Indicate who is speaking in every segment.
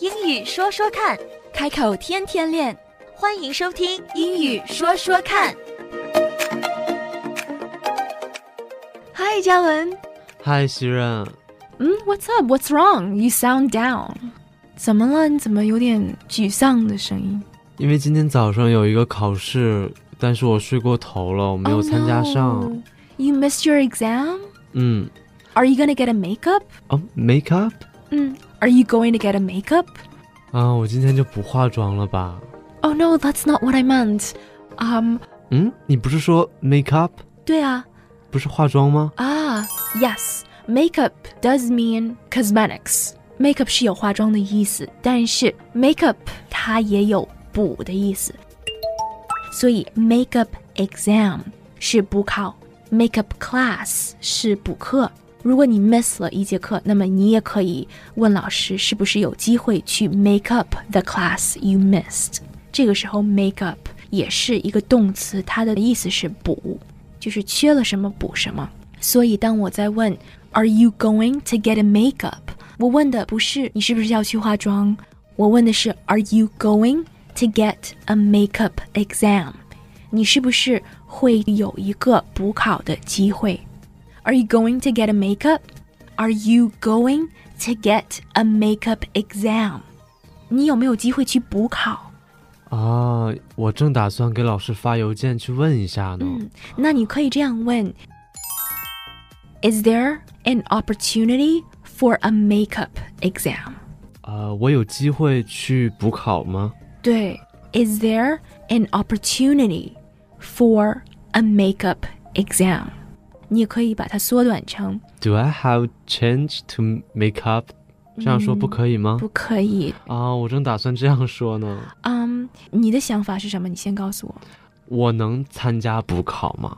Speaker 1: 英语说说看，
Speaker 2: 开口天天练。
Speaker 1: 欢迎收听《英语说说看》。嗨，嘉文。
Speaker 3: 嗨，希任，
Speaker 2: 嗯，What's up? What's wrong? You sound down. 怎么了？你怎么有点沮丧的声音？
Speaker 3: 因为今天早上有一个考试，但是我睡过头了，我没有参加上。
Speaker 2: Oh, no. You missed your exam.
Speaker 3: 嗯，
Speaker 2: Are you gonna get a makeup?
Speaker 3: 哦，make up
Speaker 2: 嗯，Are you going to get a makeup?
Speaker 3: 啊，我今天就不化妆了吧？
Speaker 2: Oh no, that's not what I meant. Um,
Speaker 3: 嗯，你不是说 make up
Speaker 2: 对啊，
Speaker 3: 不是化妆吗？
Speaker 2: Ah, yes. Makeup does mean cosmetics. Makeup 是有化妆的意思，但是 makeup 它也有补的意思。所以 makeup exam 是补考，makeup class 是补课。如果你 miss 了一节课，那么你也可以问老师是不是有机会去 make up the class you missed。这个时候 make up 也是一个动词，它的意思是补。就是缺了什么补什么。所以当我在问 Are you going to get a makeup？我问的不是你是不是要去化妆，我问的是 Are you going to get a makeup exam？你是不是会有一个补考的机会？Are you going to get a makeup？Are you going to get a makeup exam？你有没有机会去补考？
Speaker 3: 啊，我正打算给老师发邮件去问一下呢。
Speaker 2: 嗯嗯，那你可以这样问：Is there an opportunity for a makeup exam？
Speaker 3: 呃，我有机会去补考吗？
Speaker 2: 对，Is there an opportunity for a makeup exam？你也可以把它缩短成
Speaker 3: Do I have change to make up？这样
Speaker 2: 嗯
Speaker 3: 说不可以吗？啊，我正打算这样说呢。
Speaker 2: 不可以。嗯，你的想法是什么？你先告诉我。你能参加？
Speaker 3: 我能参加补考吗？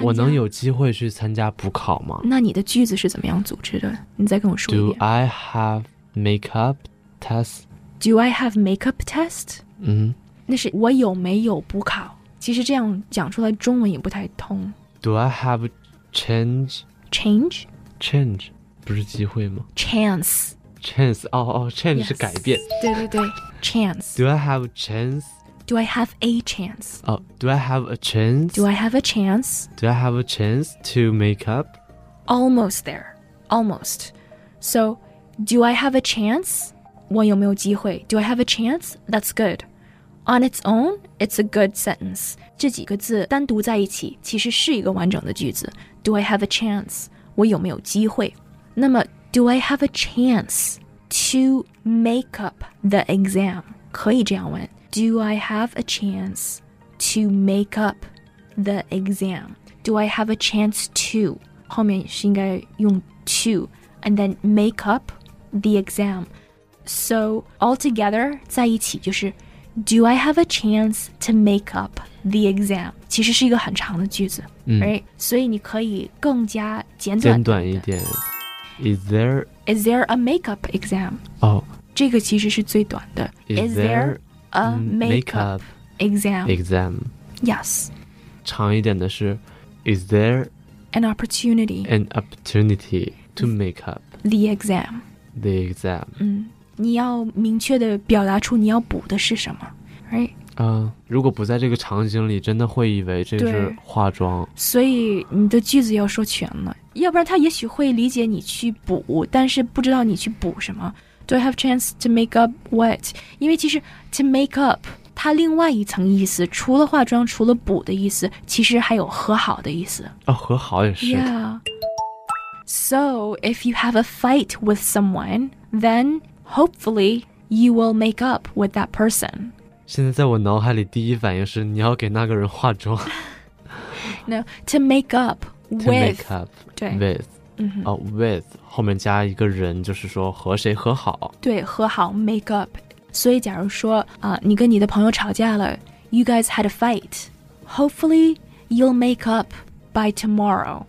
Speaker 3: 我能有机会去参加补考吗
Speaker 2: 那你的句子是怎么样组织的？你再跟我说一
Speaker 3: ？Do
Speaker 2: 遍。
Speaker 3: I have makeup test？
Speaker 2: Do I have makeup test？
Speaker 3: 嗯
Speaker 2: 那是我有没有补考？其实这样讲出来中文也不太通。
Speaker 3: ，Do I have change
Speaker 2: Change,
Speaker 3: change？不是机会吗
Speaker 2: chance，
Speaker 3: ？Chance 哦哦，change
Speaker 2: Yes
Speaker 3: 是改变。
Speaker 2: 对对对，chance。
Speaker 3: Do I have chance？
Speaker 2: Do I have a chance?
Speaker 3: 哦，Do I have a chance？
Speaker 2: Do I have a chance?
Speaker 3: Do I have a chance to make up？
Speaker 2: Almost there, almost. So, do I have a chance? 我有没有机会？Do I have a chance? That's good. On its own, it's a good sentence. 这几个字单独在一起，其实是一个完整的句子。Do I have a chance? 我有没有机会？那么，Do I have a chance to make up the exam？可以这样问：Do I have a chance to make up the exam? Do I have a chance to？后面是应该用 to，and then make up the exam。So altogether 在一起就是 Do I have a chance to make up the exam？其实是一个很长的句子、
Speaker 3: 嗯
Speaker 2: r i g h t 所以你可以更加简短
Speaker 3: 简短一点。Is there？
Speaker 2: Is there a makeup exam？
Speaker 3: 哦
Speaker 2: 这个其实是最短的。
Speaker 3: ，Is
Speaker 2: Is there
Speaker 3: there
Speaker 2: a
Speaker 3: mm,
Speaker 2: makeup exam?
Speaker 3: exam？
Speaker 2: Yes,
Speaker 3: 长一点的是，Is there
Speaker 2: an opportunity.
Speaker 3: an opportunity to make up
Speaker 2: The exam.
Speaker 3: the exam？
Speaker 2: 嗯，你要明确的表达出你要补的是什么，right？
Speaker 3: 啊，如果不在这个场景里，真的会以为这是
Speaker 2: 对
Speaker 3: 化妆。
Speaker 2: 所以你的句子要说全了，要不然他也许会理解你去补，但是不知道你去补什么。Do I have chance to make up what？因为其实 to make up 它另外一层意思，除了化妆，除了补的意思，其实还有和好的意思。
Speaker 3: 哦，和好也是。
Speaker 2: Yeah. So if you have a fight with someone, then hopefully you will make up with that person.
Speaker 3: 现在在我脑海里第一反应是你要给那个人化妆
Speaker 2: No, to make up
Speaker 3: ，to
Speaker 2: with.
Speaker 3: make up
Speaker 2: 对
Speaker 3: with
Speaker 2: 嗯哼
Speaker 3: 哦 with 后面加一个人，就是说和谁和好。
Speaker 2: 对，和好 make up。所以，假如说啊、你跟你的朋友吵架了，you guys had a fight. Hopefully you'll make up by tomorrow.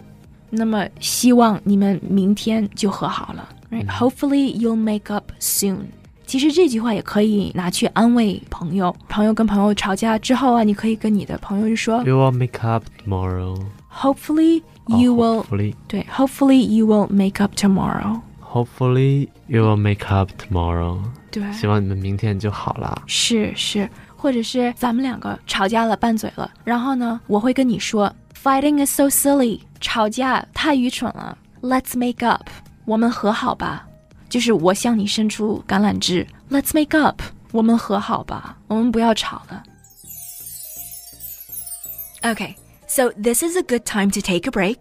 Speaker 2: 那么，希望你们明天就和好了。Right? Hopefully you'll make up soon. 其实这句话也可以拿去安慰朋友。朋友跟朋友吵架之后啊，你可以跟你的朋友就说
Speaker 3: You will make up tomorrow. 哦
Speaker 2: ，Hopefully you will、
Speaker 3: hopefully,
Speaker 2: 对，Hopefully you will make up tomorrow.
Speaker 3: Hopefully you will make up tomorrow。
Speaker 4: 对，
Speaker 3: 希望你们明天就好啦。
Speaker 4: 是是，或者是咱们两个吵架了，拌嘴了，然后呢，我会跟你说，fighting is so silly，吵架太愚蠢了，let's make up，我们和好吧。就是我向你伸出橄榄枝，let's make up，我们和好吧，我们不要吵了。
Speaker 2: Okay, so this is a good time to take a break.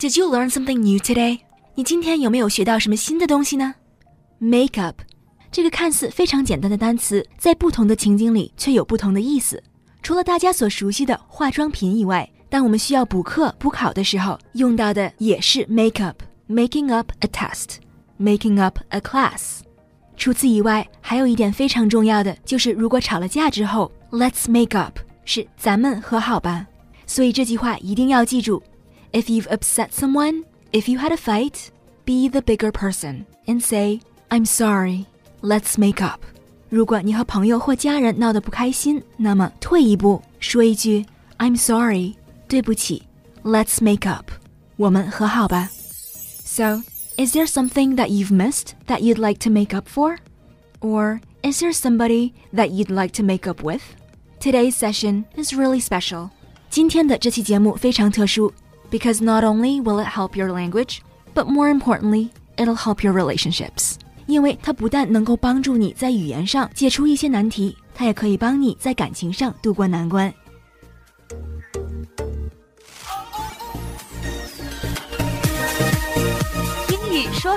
Speaker 2: Did you learn something new today? 你今天有没有学到什么新的东西呢？Make up，这个看似非常简单的单词，在不同的情景里却有不同的意思。除了大家所熟悉的化妆品以外，当我们需要补课、补考的时候，用到的也是 make up，making up a test，making up a class。除此以外，还有一点非常重要的就是，如果吵了架之后，Let's make up，是咱们和好吧。所以这句话一定要记住：If you've upset someone, if you had a fight, be the bigger person and say, "I'm sorry, let's make up." 如果你和朋友或家人闹得不开心，那么退一步说一句 "I'm sorry，对不起，let's make up，我们和好吧。So, is there something that you've missed that you'd like to make up for? Or is there somebody that you'd like to make up with? Today's session is really special. 今天的这期节目非常特殊，because not only will it help your language, but more importantly, it'll help your relationships. 因为它不但能够帮助你在语言上解除一些难题，它也可以帮你在感情上渡过难关。
Speaker 5: 英语说